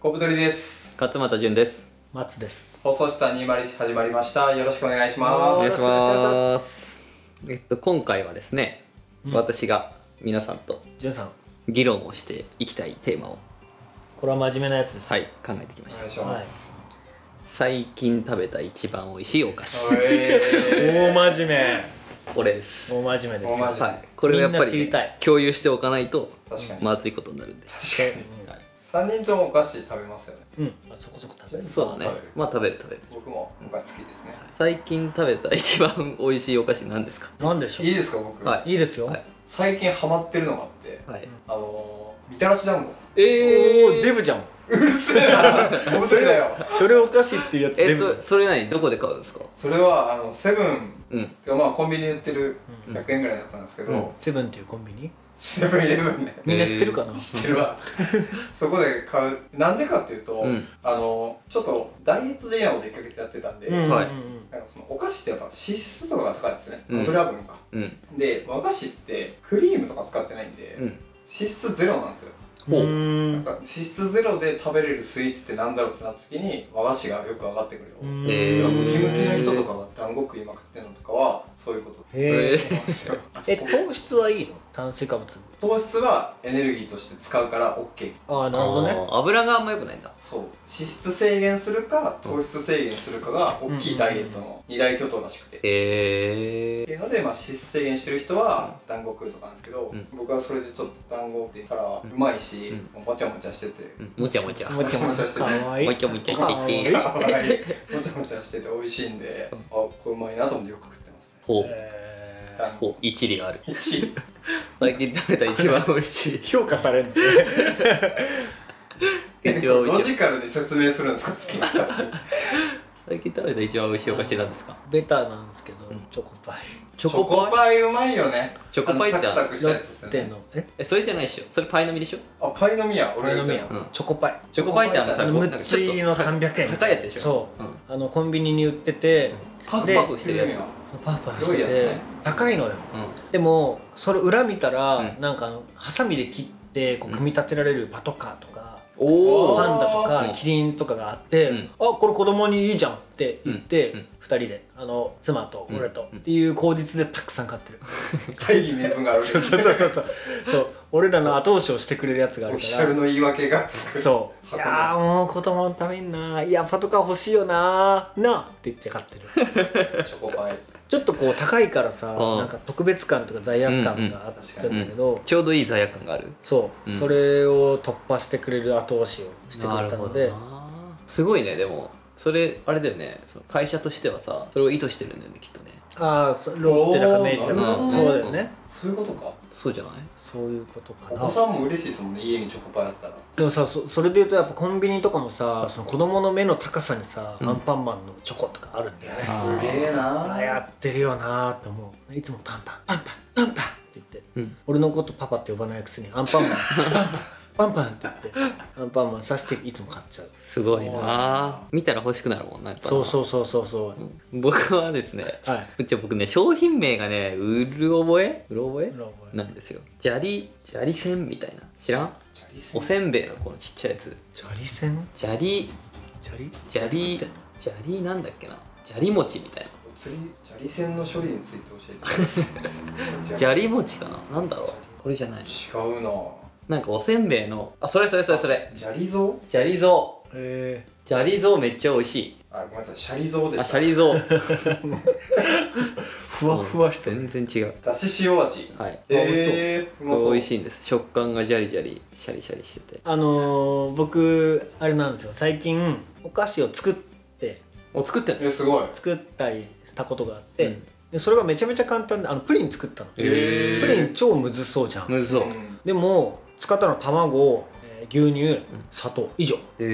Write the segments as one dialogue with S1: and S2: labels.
S1: 小太りです
S2: 勝俣潤です
S3: 松です
S1: 放送室は201始まりましたよろしくお願いしま
S2: お
S1: す
S2: 願い
S3: よ
S2: し
S3: ろしくお願いし
S2: ま
S3: ます
S2: えっと今回はですね、私が皆さんと
S3: じゅんさん
S2: 議論をしていきたいテーマを
S3: これは真面目なやつです
S2: はいい考えてきま
S1: お
S2: した
S1: 願いします、
S2: 最近食べた一番美味しいお菓子
S1: おえ
S3: 大真面目
S2: これです
S3: 大真面目です
S1: 大真面目
S2: はいこれをやっぱ
S3: みんな知
S2: り
S3: り
S2: ね、
S3: たい
S2: 共有しておかないと
S1: 確かに
S2: まずいことになるんです
S3: 確か
S1: 3人ともお菓子食べますよね
S3: にうんあそこそこ食べる
S2: そうだね
S1: 食べる
S2: まあ食べる食べる
S1: 僕も僕は好きですね、
S2: 最近食べた一番美味しいお菓子何ですか
S3: なんでしょ
S1: い、いですか僕、
S2: はい
S3: いいですよ
S2: はい
S1: 最近ハマってるのがあって、
S2: はい
S1: あのー、みたらし団子
S2: え
S3: お
S2: ー
S3: ーデブじゃん
S1: うるせえな本当だよ
S3: それお菓子っていうやつデ
S2: え
S3: ブ
S2: そそれ何どこで買うんですか
S1: それはあのセブン
S2: うん
S1: がまあコンビニで売ってる100円ぐらいのやつなんですけど、
S2: うん
S3: セブンっていうコンビニ
S1: セブンイレブンね
S3: みんな知ってるかな
S1: 知ってるわそこで買うなんでかっていうと、
S2: うん
S1: あのちょっとダイエットで嫌なこと1ヶ月やってたんで、
S3: うんうんうん
S2: はい
S1: なんかそのお菓子ってやっぱ脂質とかが高いんですね、
S2: うん
S1: 油分が
S2: うん
S1: で和菓子ってクリームとか使ってないんで、
S2: うん
S1: 脂質ゼロなんですよ
S2: ほう
S3: ー
S1: なん
S3: ん
S1: か脂質ゼロで食べれるスイーツってなんだろうってなった時に和菓子がよく上がってくるよ、
S3: うん
S2: え
S1: だ
S2: ー
S1: からムキムキの人とかが団子食いまくってるのとかはそういうこと
S3: へ
S2: え
S3: ー
S1: なんですよ
S3: え糖質はいいの炭水化物
S1: 糖質はエネルギーとして使うから OK
S3: ああなるほどね
S2: あー油があんま良くないんだ
S1: そう脂質制限するか糖質制限するかが大きいダイエットの二大巨頭らしくて、
S2: へ
S1: っていうので、まあ、脂質制限してる人は団子食うとかなんですけど、
S2: うん
S1: 僕はそれでちょっと団子って言ったらうまいし、
S2: うん
S1: もうもちゃもちゃしてて、
S2: えもちゃもちゃ
S3: も
S2: も
S3: ちゃもちゃかわいい
S2: ちゃもちゃしてて
S1: かわいいもちゃもちゃしてて美味しいんで、
S2: うん
S1: あこれうまいなと思ってよく食ってますね
S2: ほう
S3: えー
S1: 団子
S2: ほう一理がある
S1: 1位
S2: 最近食べた一番美味しい
S3: 評価されんのね
S1: ロ
S2: 一番美味しい
S1: ジカルに説明するんですか好きな歌詞
S2: 最近食べた一番美味しいお菓子なんですか
S3: ベタなんですけどチョコパイ
S1: チ
S2: チ
S1: ョコパイうまいよね
S2: チョコパイって
S1: あのサクサクした
S3: や
S1: やつです
S3: っ
S1: よ
S3: てん
S1: ね
S3: のえ
S2: えそれじゃないでしょそれパイの実でしょ
S1: あパイの実や俺
S3: 俺
S1: が
S3: の
S1: 言
S3: 目
S1: って
S3: や
S1: た
S2: うん
S3: チョコパイ
S2: チョコパイってあの
S1: チョ
S2: さ
S3: あ
S1: コ
S2: こ
S3: の
S2: うなんか
S3: 6つ
S2: ちょ
S3: 入り
S2: っ
S3: の
S2: と
S3: 300円
S2: 高いやつでしょ
S3: そう、
S2: うん
S3: あのコンビニに売ってて
S2: パフパフしてるやつ
S1: で
S3: パフパフして
S1: 黒いやつ
S3: て、
S1: ね
S3: 高いのよ
S2: うん
S3: でもそれ裏見たら、
S2: うん
S3: なんかあのハサミで切ってこう組み立てられるパトカーとか、
S2: お
S3: パ
S2: お
S3: ンダと
S2: うん
S3: かキリンとかがあって、
S2: うん
S3: あこれ子供にいいじゃんって言って、
S2: う
S3: 二
S2: んうん
S3: 2人であの妻と俺と、
S2: うん
S3: っていう口実でたくさん買ってる
S1: 大義名分があるんです
S3: そうそうそうそうそう俺らの後押しをしてくれるやつがあ
S1: オ
S3: る
S1: フ
S3: か
S1: ィシャル
S3: ら
S1: の言い訳がつく
S3: そうい
S1: 箱の
S3: やーもう子供のためにないやパトカー欲しいよなーなあって言って買ってる
S1: チョコパイ
S3: ちょっとこう高いからさ
S2: ああ
S3: なんか特別感とか罪悪感があったんだけど、
S2: ちょうどいい罪悪感がある
S3: そう、
S2: うん
S3: それを突破してくれる後押しをしてくれたの
S2: な
S3: で
S2: るほどなすごいねでもそれあれだよねその会社としてはさそれを意図してるんだよねきっとね
S3: ああそロッテだか明治だ
S1: お
S3: か
S1: ー
S3: そうだよね、
S1: そういうことか
S2: そうじゃない
S3: そういうことか
S1: お
S3: な
S1: 子さんも嬉しいですもんね家にチョコパイあったら
S3: でもさそそれでいうとやっぱコンビニとかもさその子供の目の高さにさ、
S2: うん
S3: アンパンマンのチョコとかあるん だよね
S2: あー
S1: げえな
S3: あやってるよなーって思ういつもパンパンパンパンパンパンって言って、
S2: うん
S3: 俺のことパパって呼ばないくせにアン パンマンパンパンパンパンって言ってアンパンマン刺していつも買っちゃう
S2: すごい
S1: そうなんだ
S2: な見たら欲しくなるもんなやっぱな
S3: そうそうそうそうそう、
S2: うん僕はですね
S3: は
S2: うちは僕ね商品名がねうる覚えうる覚え
S3: い
S2: なんですよ砂利砂利線みたいな知らん
S1: チャリ
S2: おせんべいのこのちっちゃいやつ
S3: 砂利線
S2: 砂利
S3: 砂利
S2: 砂利砂利なんだっけな砂利餅みたいな
S1: お釣りチャリ線の処理について教えてください
S2: 砂利餅かななんだろうこれじゃない
S1: 違うな
S2: なんかおせんべいのあそれそれそれそれ
S1: 砂利像
S2: 砂利像
S3: え
S2: ジャリゾウめっちゃ美味しい。
S1: あごめんなさいシャリ像で
S2: あ、
S1: し
S2: シャ
S1: た
S2: リゾウ。
S3: ー、ふわふわしてる、
S2: 全然違う。
S1: だし塩味
S2: はい。
S1: えー、うま
S2: こ
S1: そう
S2: れ美味しいんです。食感がジャリジャリ、シャリシャリしてて。
S3: あのー、僕あれなんですよ最近お菓子を作って
S2: お、作ってんの
S1: えすごい
S3: 作ったりしたことがあって、
S2: うん
S3: でそれがめちゃめちゃ簡単であのプリン作ったの、
S1: えー
S3: プリン超むずそうじゃん、
S2: むずそう。
S1: ん
S3: でも使ったのは卵、えー牛乳砂糖以上
S2: え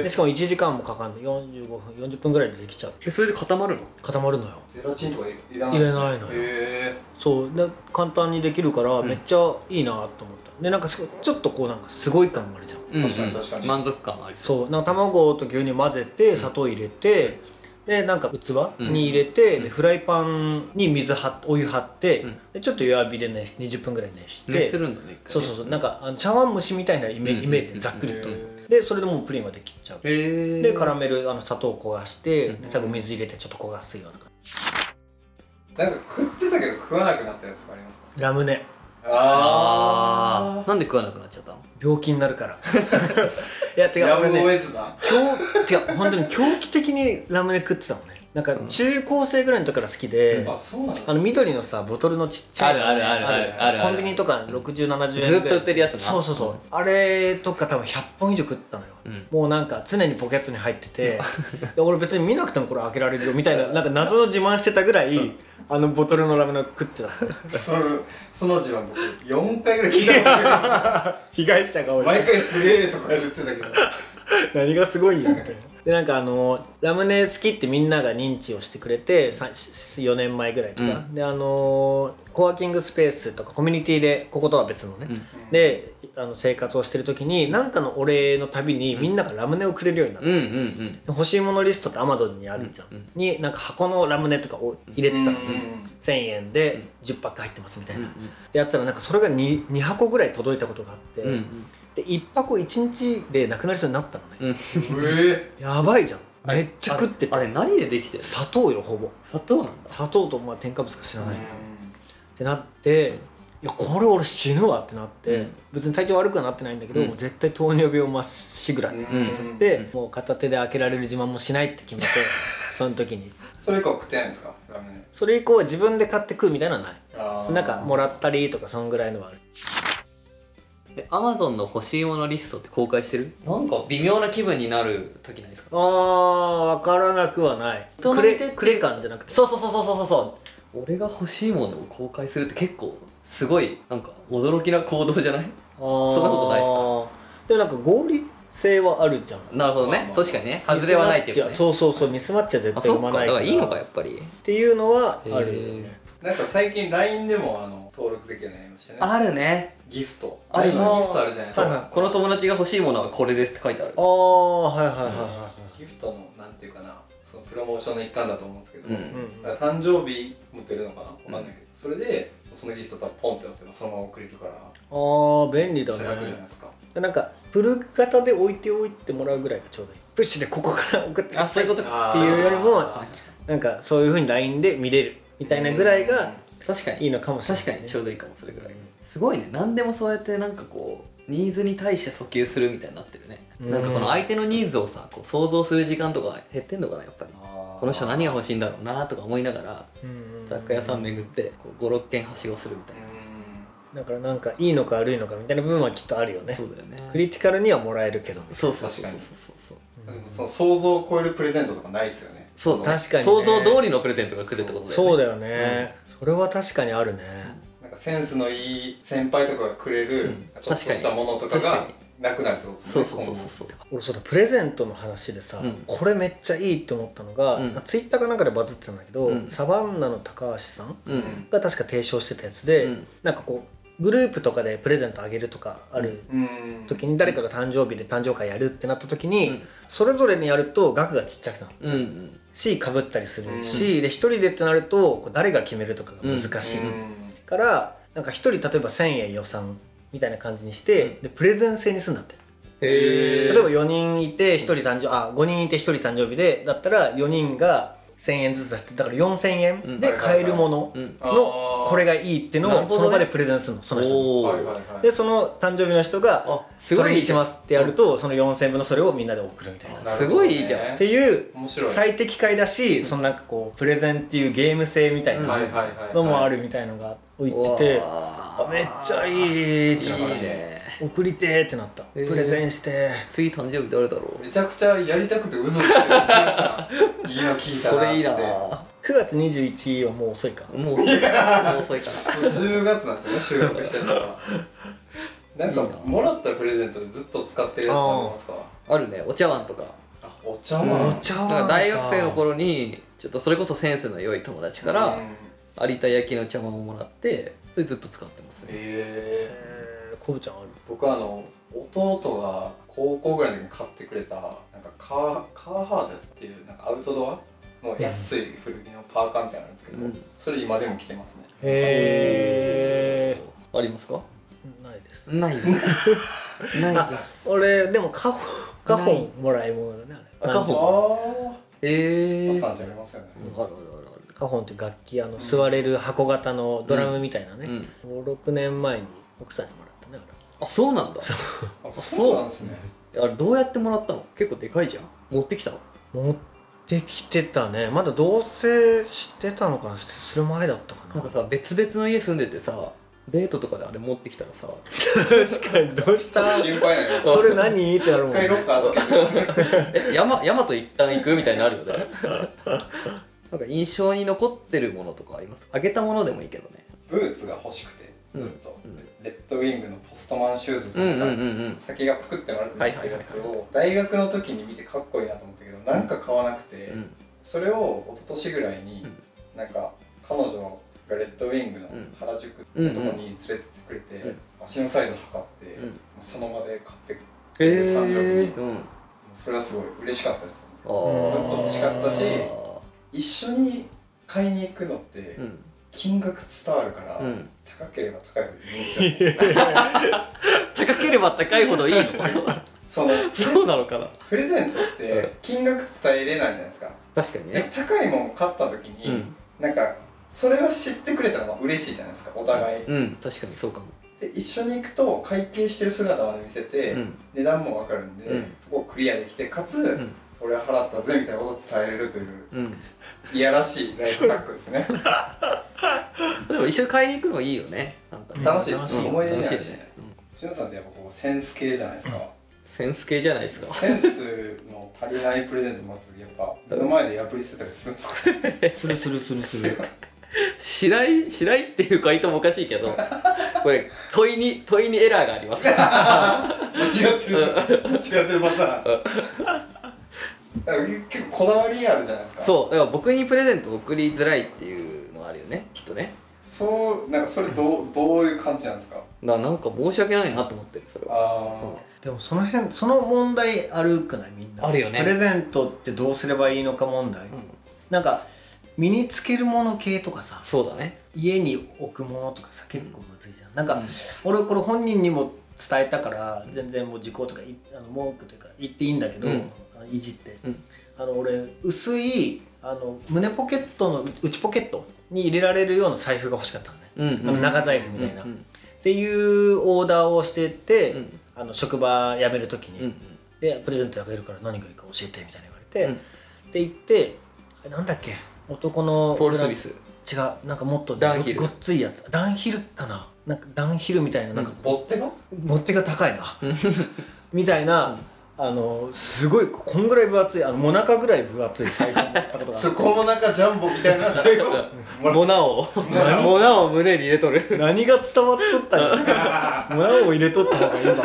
S1: ー
S3: でしかも1時間もかかんの45分40分ぐらいでできちゃう
S2: え、それで固まるの
S3: 固まるのよ
S1: ゼラチンとかいいらない
S3: いらないのよ
S1: え
S3: そうで簡単にできるからめっちゃいいなと思った、でなんかしちょっとこうなんかすごい感もあるじゃん
S2: うんうん
S1: 確かに確かに
S2: 満足感ありそう。
S3: そうなんか卵と牛乳混ぜて砂糖入れて、でなんか器に入れて、でフライパンに水はお湯張って、
S2: うん
S3: でちょっと弱火で熱し20分ぐらい熱して
S2: 熱するんだね。一回ね
S3: そうそうそうなんかあの茶碗蒸しみたいなイメ,、
S2: うん
S3: イメージでざっくり
S1: ー
S3: と、
S1: え
S3: でそれでもうプリンはできちゃう
S2: へえ
S3: でカラメルあの砂糖を焦がして、で最後水入れてちょっと焦がすような感
S1: なんか食ってたけど食わなくなったやつとかありますか
S3: じラムネ
S2: あ
S1: あ
S2: ーなんで食わなくなっちゃったの
S3: 病気になる からいや
S1: ー
S3: 違う
S1: やむ
S3: 俺
S1: を
S3: ね
S1: 得ずだ
S3: 狂違う本当に狂気的にラムネ食ってたもんねなんか中高生ぐらいの時から好きで、
S1: あそうなんです
S3: あ
S1: ね
S3: の緑のさボトルのちっちゃいのね
S2: あるあるあるあるあるある
S3: コンビニとか6070円
S2: ずっと売ってるやつな
S3: そうそうそうあれとか多分100本以上食ったのよ、
S2: うん
S3: もうなんか常にポケットに入っててで俺別に見なくてもこれ開けられるよみたいななんか謎の自慢してたぐらい、あのボトルのラムネを食ってた
S1: そのその字は僕4回ぐらい聞いたことあ
S3: 被害者が多
S1: る
S3: い
S1: 毎回すげえとか言ってたけど
S3: 何がすごいんやみたいな。でなんかあのラムネ好きってみんなが認知をしてくれて4年前ぐらいとか、であのコワーキングスペースとかコミュニティでこことは別のね、であの生活をしてる時に何かのお礼のたびにみんながラムネをくれるようになった、
S2: うんうんうん
S3: 欲しいものリストってアマゾンにあるじゃん、
S2: うんうん
S3: になんか箱のラムネとかを入れてたの、ね
S1: うん
S3: 1000円で10パック入ってますみたいな、でやってたらなんかそれが 2, 2箱ぐらい届いたことがあって、
S2: うん
S3: で1箱1日でなくなりそうになったのね、
S2: うんうん
S1: え
S3: やばいじゃん
S2: あれ
S3: めっちゃ食ってた
S2: あれ何でできてるの
S3: 砂糖よほぼ
S2: 砂糖なんだ
S3: 砂糖とまあ添加物か知ら
S1: ー
S3: ないけど、ってなって、いやこれ俺死ぬわってなって、
S2: うん
S3: 別に体調悪くはなってないんだけど、
S2: うん
S3: もう絶対糖尿病まっしぐらい、
S1: うん
S3: で、もう片手で開けられる自慢もしないって決め てその時に
S1: それ以降食ってないんですかラムネ
S3: それ以降は自分で買って食うみたいなのはない
S1: あー
S3: なんかもらったりとかそんぐらいのはある
S2: え Amazon の欲しいものリストって公開してるなんか微妙な気分になる時ないですか
S3: あー分からなくはない
S2: 人の
S3: ク
S2: 見て
S3: レ
S2: って
S3: クレ感じゃなくて
S2: そうそうそうそうそうそうそう俺が欲しいものを公開するって結構すごいなんか驚きな行動じゃない
S3: そ
S2: んなことないです
S3: かでもなんか合理性はあるじゃん
S2: なるほど
S1: まあ
S2: ね
S1: まあ
S2: 確かにね外れはないっていうか
S3: ミ
S2: ね
S3: スマッチはそうそうそうミスマッチは絶
S2: あ
S3: 対
S2: そ
S3: 生
S2: っか
S3: ま
S2: だ
S3: な
S2: か
S3: いから
S2: らいいのかやっぱり
S3: っていうのはあるよ
S2: へ
S3: ね
S1: なんか最近 LINE でもあの登録できるようになりましたね
S2: あるね
S1: ギフト
S2: ある
S1: LINE
S2: の
S1: のギフトあるじゃないです
S3: はい
S1: か
S3: は
S2: この友達が欲しいものはこれですって書いてある
S3: ああはいはいはいは
S1: ギフトのなんていうかなそのプロモーションの一環だと思うんですけど、
S2: う
S3: いはい
S2: ん
S3: うん
S1: だから誕生日持ってるのかなわかんないけど、それでそのギフト多分ポンって押せばそのまま送れるから
S3: あー便利だ
S1: それ楽じゃない
S3: ね
S1: ですか
S3: なんかプル型で置いておいてもらうぐらいがちょうどいいプッシュでここから送って
S2: あそういうこと
S1: っ
S2: か
S3: っていうよりも
S2: はい
S3: なんかそういうふうに LINE で見れるみたいなぐらいが
S2: 確かに
S3: いいのかもしれない
S2: 確か
S3: ね
S2: にちょうどいいかもそれぐらい、
S3: うん
S2: すごいね何でもそうやってなんかこうニーズに対して訴求するみたいになってるね、
S3: うん
S2: なんかこの相手のニーズをさこう想像する時間とか減ってんのかなやっぱりこの人何が欲しいんだろうなとか思いながら
S3: うんうん
S2: 雑貨屋さん巡って56軒はしごするみたいな、
S3: だからなんかいいのか悪いのかみたいな部分はきっとあるよね
S2: そうだよね
S3: クリティカルにはもらえるけど
S2: そうそうそう
S1: 確か
S2: そうそう
S1: に
S2: そう
S1: うんでもその想像を超えるプレゼントとかないですよね
S2: そうだね
S3: 確かにね
S2: 想像通りのプレゼントが来るってことだよね
S3: そうだよねそれは確かにあるね
S1: なんかセンスのいい先輩とかがくれる、
S2: ん
S1: ちょっとしたものとか
S2: 確
S1: が
S2: かに
S1: なくなるってことです
S2: そ
S1: よ
S2: う
S1: ね
S2: そうそうそうそう
S3: 俺そうだプレゼントの話でさ、
S2: うん
S3: これめっちゃいいって思ったのが、
S2: うん
S3: ツイッターかなんかでバズってたんだけど、
S2: うん
S3: サバンナの高橋さん
S2: うん
S3: が確か提唱してたやつで、
S2: うん
S3: なんかこうグループとかでプレゼントあげるとかある
S1: 今後うん
S3: 時に誰かが誕生日で誕生会やるってなった時に、
S2: うん
S3: それぞれにやると額がちっちゃくなる
S2: うんうん
S3: しかぶったりするし、で一人でってなるとこう誰が決めるとかが難しい、
S1: うん
S3: からなんか一人例えば1,000円予算みたいな感じにして、でプレゼン制にするんだって。
S2: へ
S1: へ
S2: え
S1: ー
S3: 例えば4人いて1人誕生あ5人いて1人誕生日でだったら4人が1000円ずつ出してだから4000円で買えるもの
S2: うん
S3: の
S1: あー
S3: これがいいっていう
S2: なる
S3: のを
S2: ほどね
S3: その場でプレゼンするのその人に
S2: おお、
S1: はいはいはい
S3: でその誕生日の人が
S2: あすご
S3: そ
S2: い
S3: れにしますってやるとその4000円分のそれをみんなで送るみたいな
S2: あ
S3: っ
S1: なるほどね
S2: すごいいいじゃ
S3: ていう
S1: 面白い
S3: 最適解だしそのなんかこうプレゼンっていうゲーム性みたい
S1: はい
S3: な
S1: はいはいはい
S3: のもあるみたいのが置いててあ
S2: あ
S3: めっちゃい
S2: い
S3: いって
S1: いい
S2: ね
S3: 送りてーってなったプ
S2: へー
S3: レゼンして
S2: 次誕生日誰だろう
S1: めちゃくちゃやりたくてうずうずしてるお母さんいいの聞いた
S2: そ
S1: なっつって
S2: れいいな
S3: 9月21日はもう遅いか
S2: もう遅いかもう遅いかな
S1: もう10月なんですよ ね収録してるのがなんか
S2: いいな
S1: もらったプレゼントでずっと使ってるやつありますか
S2: あるねお茶碗とか
S1: あお茶
S2: うん
S1: 碗、
S3: お茶碗
S2: だから大学生の頃にちょっとそれこそセンスの良い友達から
S1: うん
S2: 有田焼きの茶碗をもらってそれずっと使ってますね
S1: えー
S3: えーコブちゃんある
S1: 僕はあの弟が高校ぐらいの時に買ってくれたなんかカーカーハードっていうなんかアウトドアの安い古着のパーカーみたいなのあるんですけど、
S2: うん
S1: それ今でも着てますね
S3: へえ
S2: ありますか
S3: ないです
S2: ないですないです
S3: 俺でもカホカ
S2: な
S3: ホ
S2: い
S3: もらい物だねあ
S2: あ
S3: れ
S2: カ
S1: あ
S2: ホ
S1: あ
S2: ええ
S1: ー
S2: ー、
S1: あさんじゃありますよね
S2: うんあるあるある
S3: カホンって楽器あの座れる箱型のドラムみたいなね、56年前に奥さんにもらったねあ
S2: あ
S3: れ
S2: そうなんだ
S1: あ
S2: そう
S1: そうなんですね
S2: あれどうやってもらったの結構でかいじゃん持ってきたの
S3: 持ってきてたねまだ同棲してたのかなする前だったかな
S2: なんかさ別々の家住んでてさデートとかであれ持ってきたらさ
S3: 確かにどうし
S1: ちょ
S3: た
S1: っと心配になります
S3: それ何ってなる
S1: 一
S3: もん
S1: 回
S3: ね
S1: ロッカー預けて
S2: え山山と一旦行くみたいになる よねなんか印象に残ってるものとかありますあげたものでもいいけどね
S1: ブーツが欲しくてずっと、
S2: うんうん
S1: レッドウィングのポストマンシューズと
S2: うんうんうん
S1: か
S2: うん
S1: 先がパクって丸くなってるやつを大学の時に見てかっこいいなと思ったけどなんか買わなくて、
S2: うん
S1: それを一昨年ぐらいに、
S2: うん
S1: なんか彼女がレッドウィングの
S2: うん
S1: 原宿のとこに連れてってくれて、
S2: うん
S1: 足のサイズ測って、
S2: うん
S1: その場で買って
S2: え
S1: 誕生日
S2: ー、
S1: に
S2: うんあ
S1: それはすごい嬉しかったですね
S2: ー
S1: ずっと欲しかったし一緒に買いに行くのって
S2: うん
S1: 金額伝わるから、
S2: うん
S1: 高ければ高いほどいいんですよね
S2: 高ければ高いほどいいの
S1: その
S2: そうなのかな
S1: プレゼントっ
S2: うん
S1: て金額伝えれないじゃないですか、
S2: 確かにね
S1: 高いもん買った時
S2: う
S1: に、
S2: ん
S1: なんかそれは知ってくれたらまあ嬉しいじゃないですかお互い、
S2: うん確かにそうかも
S1: で一緒に行くと会計してる姿まで見せて、
S2: うん
S1: 値段も分かるんで、
S2: うん
S1: そこをクリアできてかつ、
S2: ん
S1: 俺は払ったぜみたいなことを伝えれるという
S2: うん
S1: いやらしいライフハックです ね
S2: でも一緒に買いに行くのいいよねなんかね
S1: 楽しいで
S3: 楽
S1: す、
S3: しい
S1: 思い出にな
S2: 楽
S1: る
S2: しい
S1: し
S2: ね
S1: ね、しゅんさんってやっぱこうセンス系じゃないですか、
S2: センス系じゃないですか
S1: センスの足りないプレゼントもらった時やっぱ目の前で破り捨てたりするんですか
S3: するするするする
S2: しないしないっていう回答もおかしいけど これ問いに問いにエラーがありますから
S1: 間違ってる間違ってるパターン結構こだわりあるじゃないですか
S2: そうだから僕にプレゼント送りづらいっていうのはあるよねきっとね
S1: そうなんかそれどうどういう感じなんですか
S2: ななんか申し訳ないなと思ってるそれは、
S1: あ
S2: うん
S1: ー、
S3: でもその辺その問題あるくないみんな
S2: あるよね
S3: プレゼントってどうすればいいのか問題、なんか身につけるもの系とかさ
S2: そうだね
S3: 家に置くものとかさ結構むずいじゃんなんか、俺これ本人にも伝えたから全然もう時効とかいあの文句というか言っていいんだけど、
S2: うん
S3: あのいじって、
S2: うん
S3: あの俺薄いあの胸ポケットのう内ポケットに入れられるような財布が欲しかったのね、
S2: うんうん
S3: あの長財布みたいな、
S2: う
S3: っ
S2: ん
S3: ていうオーダーをしてて、
S2: うん
S3: あの職場辞める時に、
S2: うん
S3: でプレゼントやめるから何がいいか教えてみたいに言われて、
S2: うん
S3: で行ってあれなんだっけ男の
S2: ポール・スミス
S3: 違うなんかもっとね
S2: ダンヒル
S3: ごごっついやつダンヒルかななんかダンヒルみたいななんか
S1: ボッテの
S3: 持ってが高いな みたいな、あのすごいこんぐらい分厚いあのモナカぐらい分厚い財布を持ったことがあ
S1: そ こもなんかジャンボみたいな最後
S2: モナを
S1: ナ
S2: モナを胸に入れとる
S3: る何が伝わっとったんやモナカを入れとった方がいいんだ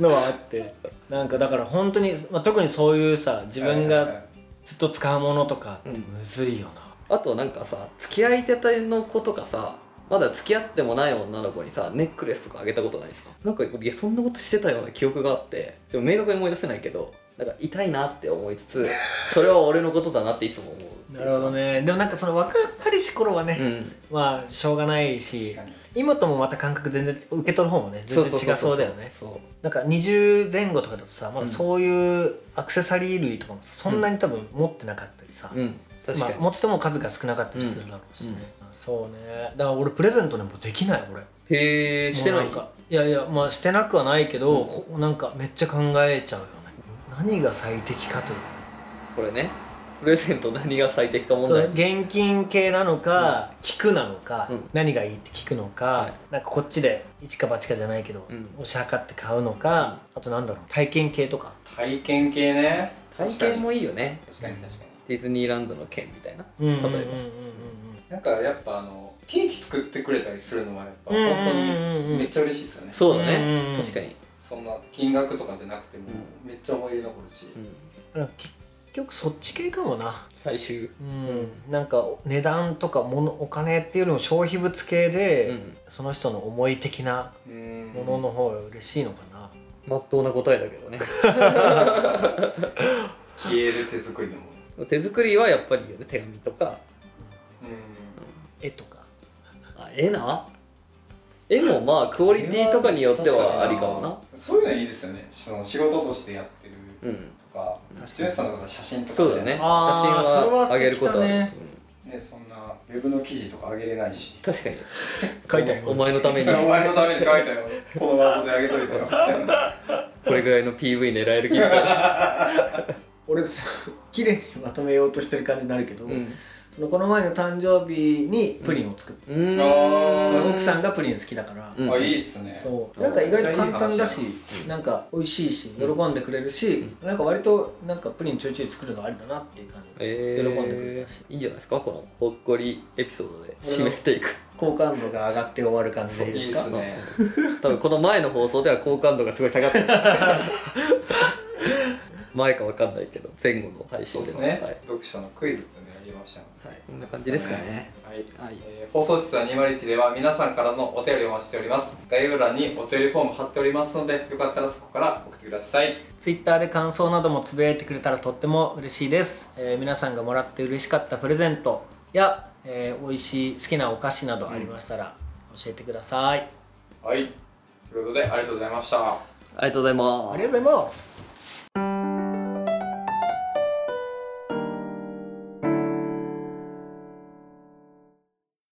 S3: のはあってなんかだから本当に、まあ、特にそういうさ自分がずっと使うものとかってむずいよな、
S2: あとなんかさ付き合い手の子とかさまだ付き合ってもない女の子にさネックレスとかあげたことないですかなんかいやそんなことしてたような記憶があってでも明確に思い出せないけどなんか痛いなって思いつつそれは俺のことだなっていつも思う
S3: なるほどねでもなんかその若かりし頃はね、
S2: うん
S3: まあしょうがないし
S1: 確かに
S3: 今ともまた感覚全然受け取る方もね全然違そうだよね
S2: そう
S3: なんか20前後とかだとさま
S2: うん
S3: だそういうアクセサリー類とかもさそんなに多分持ってなかったりさ、
S2: うん確か
S3: まあ、
S2: に、
S3: 持ってても数が少なかったりするだろうしね、そうねだから俺プレゼントねもうできない俺
S2: へえしてない
S3: もうなんかいやいやまあしてなくはないけど、
S2: うん
S3: こなんかめっちゃ考えちゃうよね何が最適かというね
S2: これねプレゼント何が最適か問
S3: その
S2: 題
S3: 現金系なのか、聞くなのか、
S2: うん
S3: 何がいいって聞くのか、
S2: はい
S3: なんかこっちで一か八かじゃないけど、
S2: うん
S3: 押し量って買うのか、あとなんだろう体験系とか
S1: 体験系ね
S2: 体験もいいよね
S1: 確かに確かに
S2: ディズニーランドの券みたいな、
S3: 例え
S2: 例えば
S1: なんかやっぱあのケーキ作ってくれたりするのはやっぱ
S3: うんうん
S1: 本
S3: うんうん
S1: 当にめっちゃ嬉しいですよね
S2: そうだね、
S3: うん
S2: 確かに、
S1: そんな金額とかじゃなくても
S2: う
S1: めっちゃ思い出残るし
S2: うん、
S3: 結局そっち系かもな
S2: 最終
S3: うん、なんか値段とかものお金っていうよりも消費物系で、
S2: うん
S3: その人の思い的な
S1: うん
S3: ものの方が嬉しいのかな、
S2: まっとうな答えだけどね
S1: 消える手作りのもの
S2: 手作りはやっぱりいいよね手紙とか
S1: うん
S3: 絵とか
S2: あ絵な絵もまあクオリティとかによってはありかもな
S1: そういうのいいですよねその仕事としてやってる
S2: うん
S1: とか
S3: 確かに
S1: ジュンさんとか写真とか
S2: そうだね写真
S3: あー
S2: は
S3: それは素
S2: 上
S3: 敵だね
S2: げることはある、
S1: ねそんなウェブの記事とか上げれないし
S2: うん確かに
S3: 書いたよ
S2: おお前のため に
S1: お前のために書いたよこのワードで上げといたよみた いな
S2: これぐらいの PV 狙える気が
S3: 俺 さ綺麗にまとめようとしてる感じになるけど、
S2: うん
S3: そのこの前の誕生日にプリンを作って、
S2: うーん
S1: あー
S3: その奥さんがプリン好きだから、
S2: うん
S1: あいいっすね
S3: そうなんか意外と簡単だし
S1: めっちゃいい
S2: うん
S3: なんか美味しいし喜んでくれるし、なんか割となんかプリンちょいちょい作るのありだなっていう感じ
S2: え
S3: で、
S2: ー、
S3: 喜んでくれたし
S2: いいんじゃないですかこのほっこりエピソードで締めてい く
S3: 好感度が上がって終わる感じでいい
S1: い
S3: で
S1: い
S3: す
S1: っ
S3: か
S1: すね
S2: 多分この前の放送では好感度がすごい下がってた 前かわかんないけど前後の配
S1: そ
S2: 信
S1: うで
S2: ですも
S1: ね
S2: はい、
S1: 読書のクイズっていうのやりましたので
S2: はい、こんな感じですかね。
S1: はい
S2: はい
S1: えー放送室は201では皆さんからのお便りをお待ちしております概要欄にお便りフォーム貼っておりますのでよかったらそこから送ってください
S3: ツイッターで感想などもつぶやいてくれたらとっても嬉しいです、えー皆さんがもらって嬉しかったプレゼントや、えー美味しい好きなお菓子などありましたら教えてください、
S1: はいということでありがとうございました
S2: ありがとうございます
S3: あり。がとうございます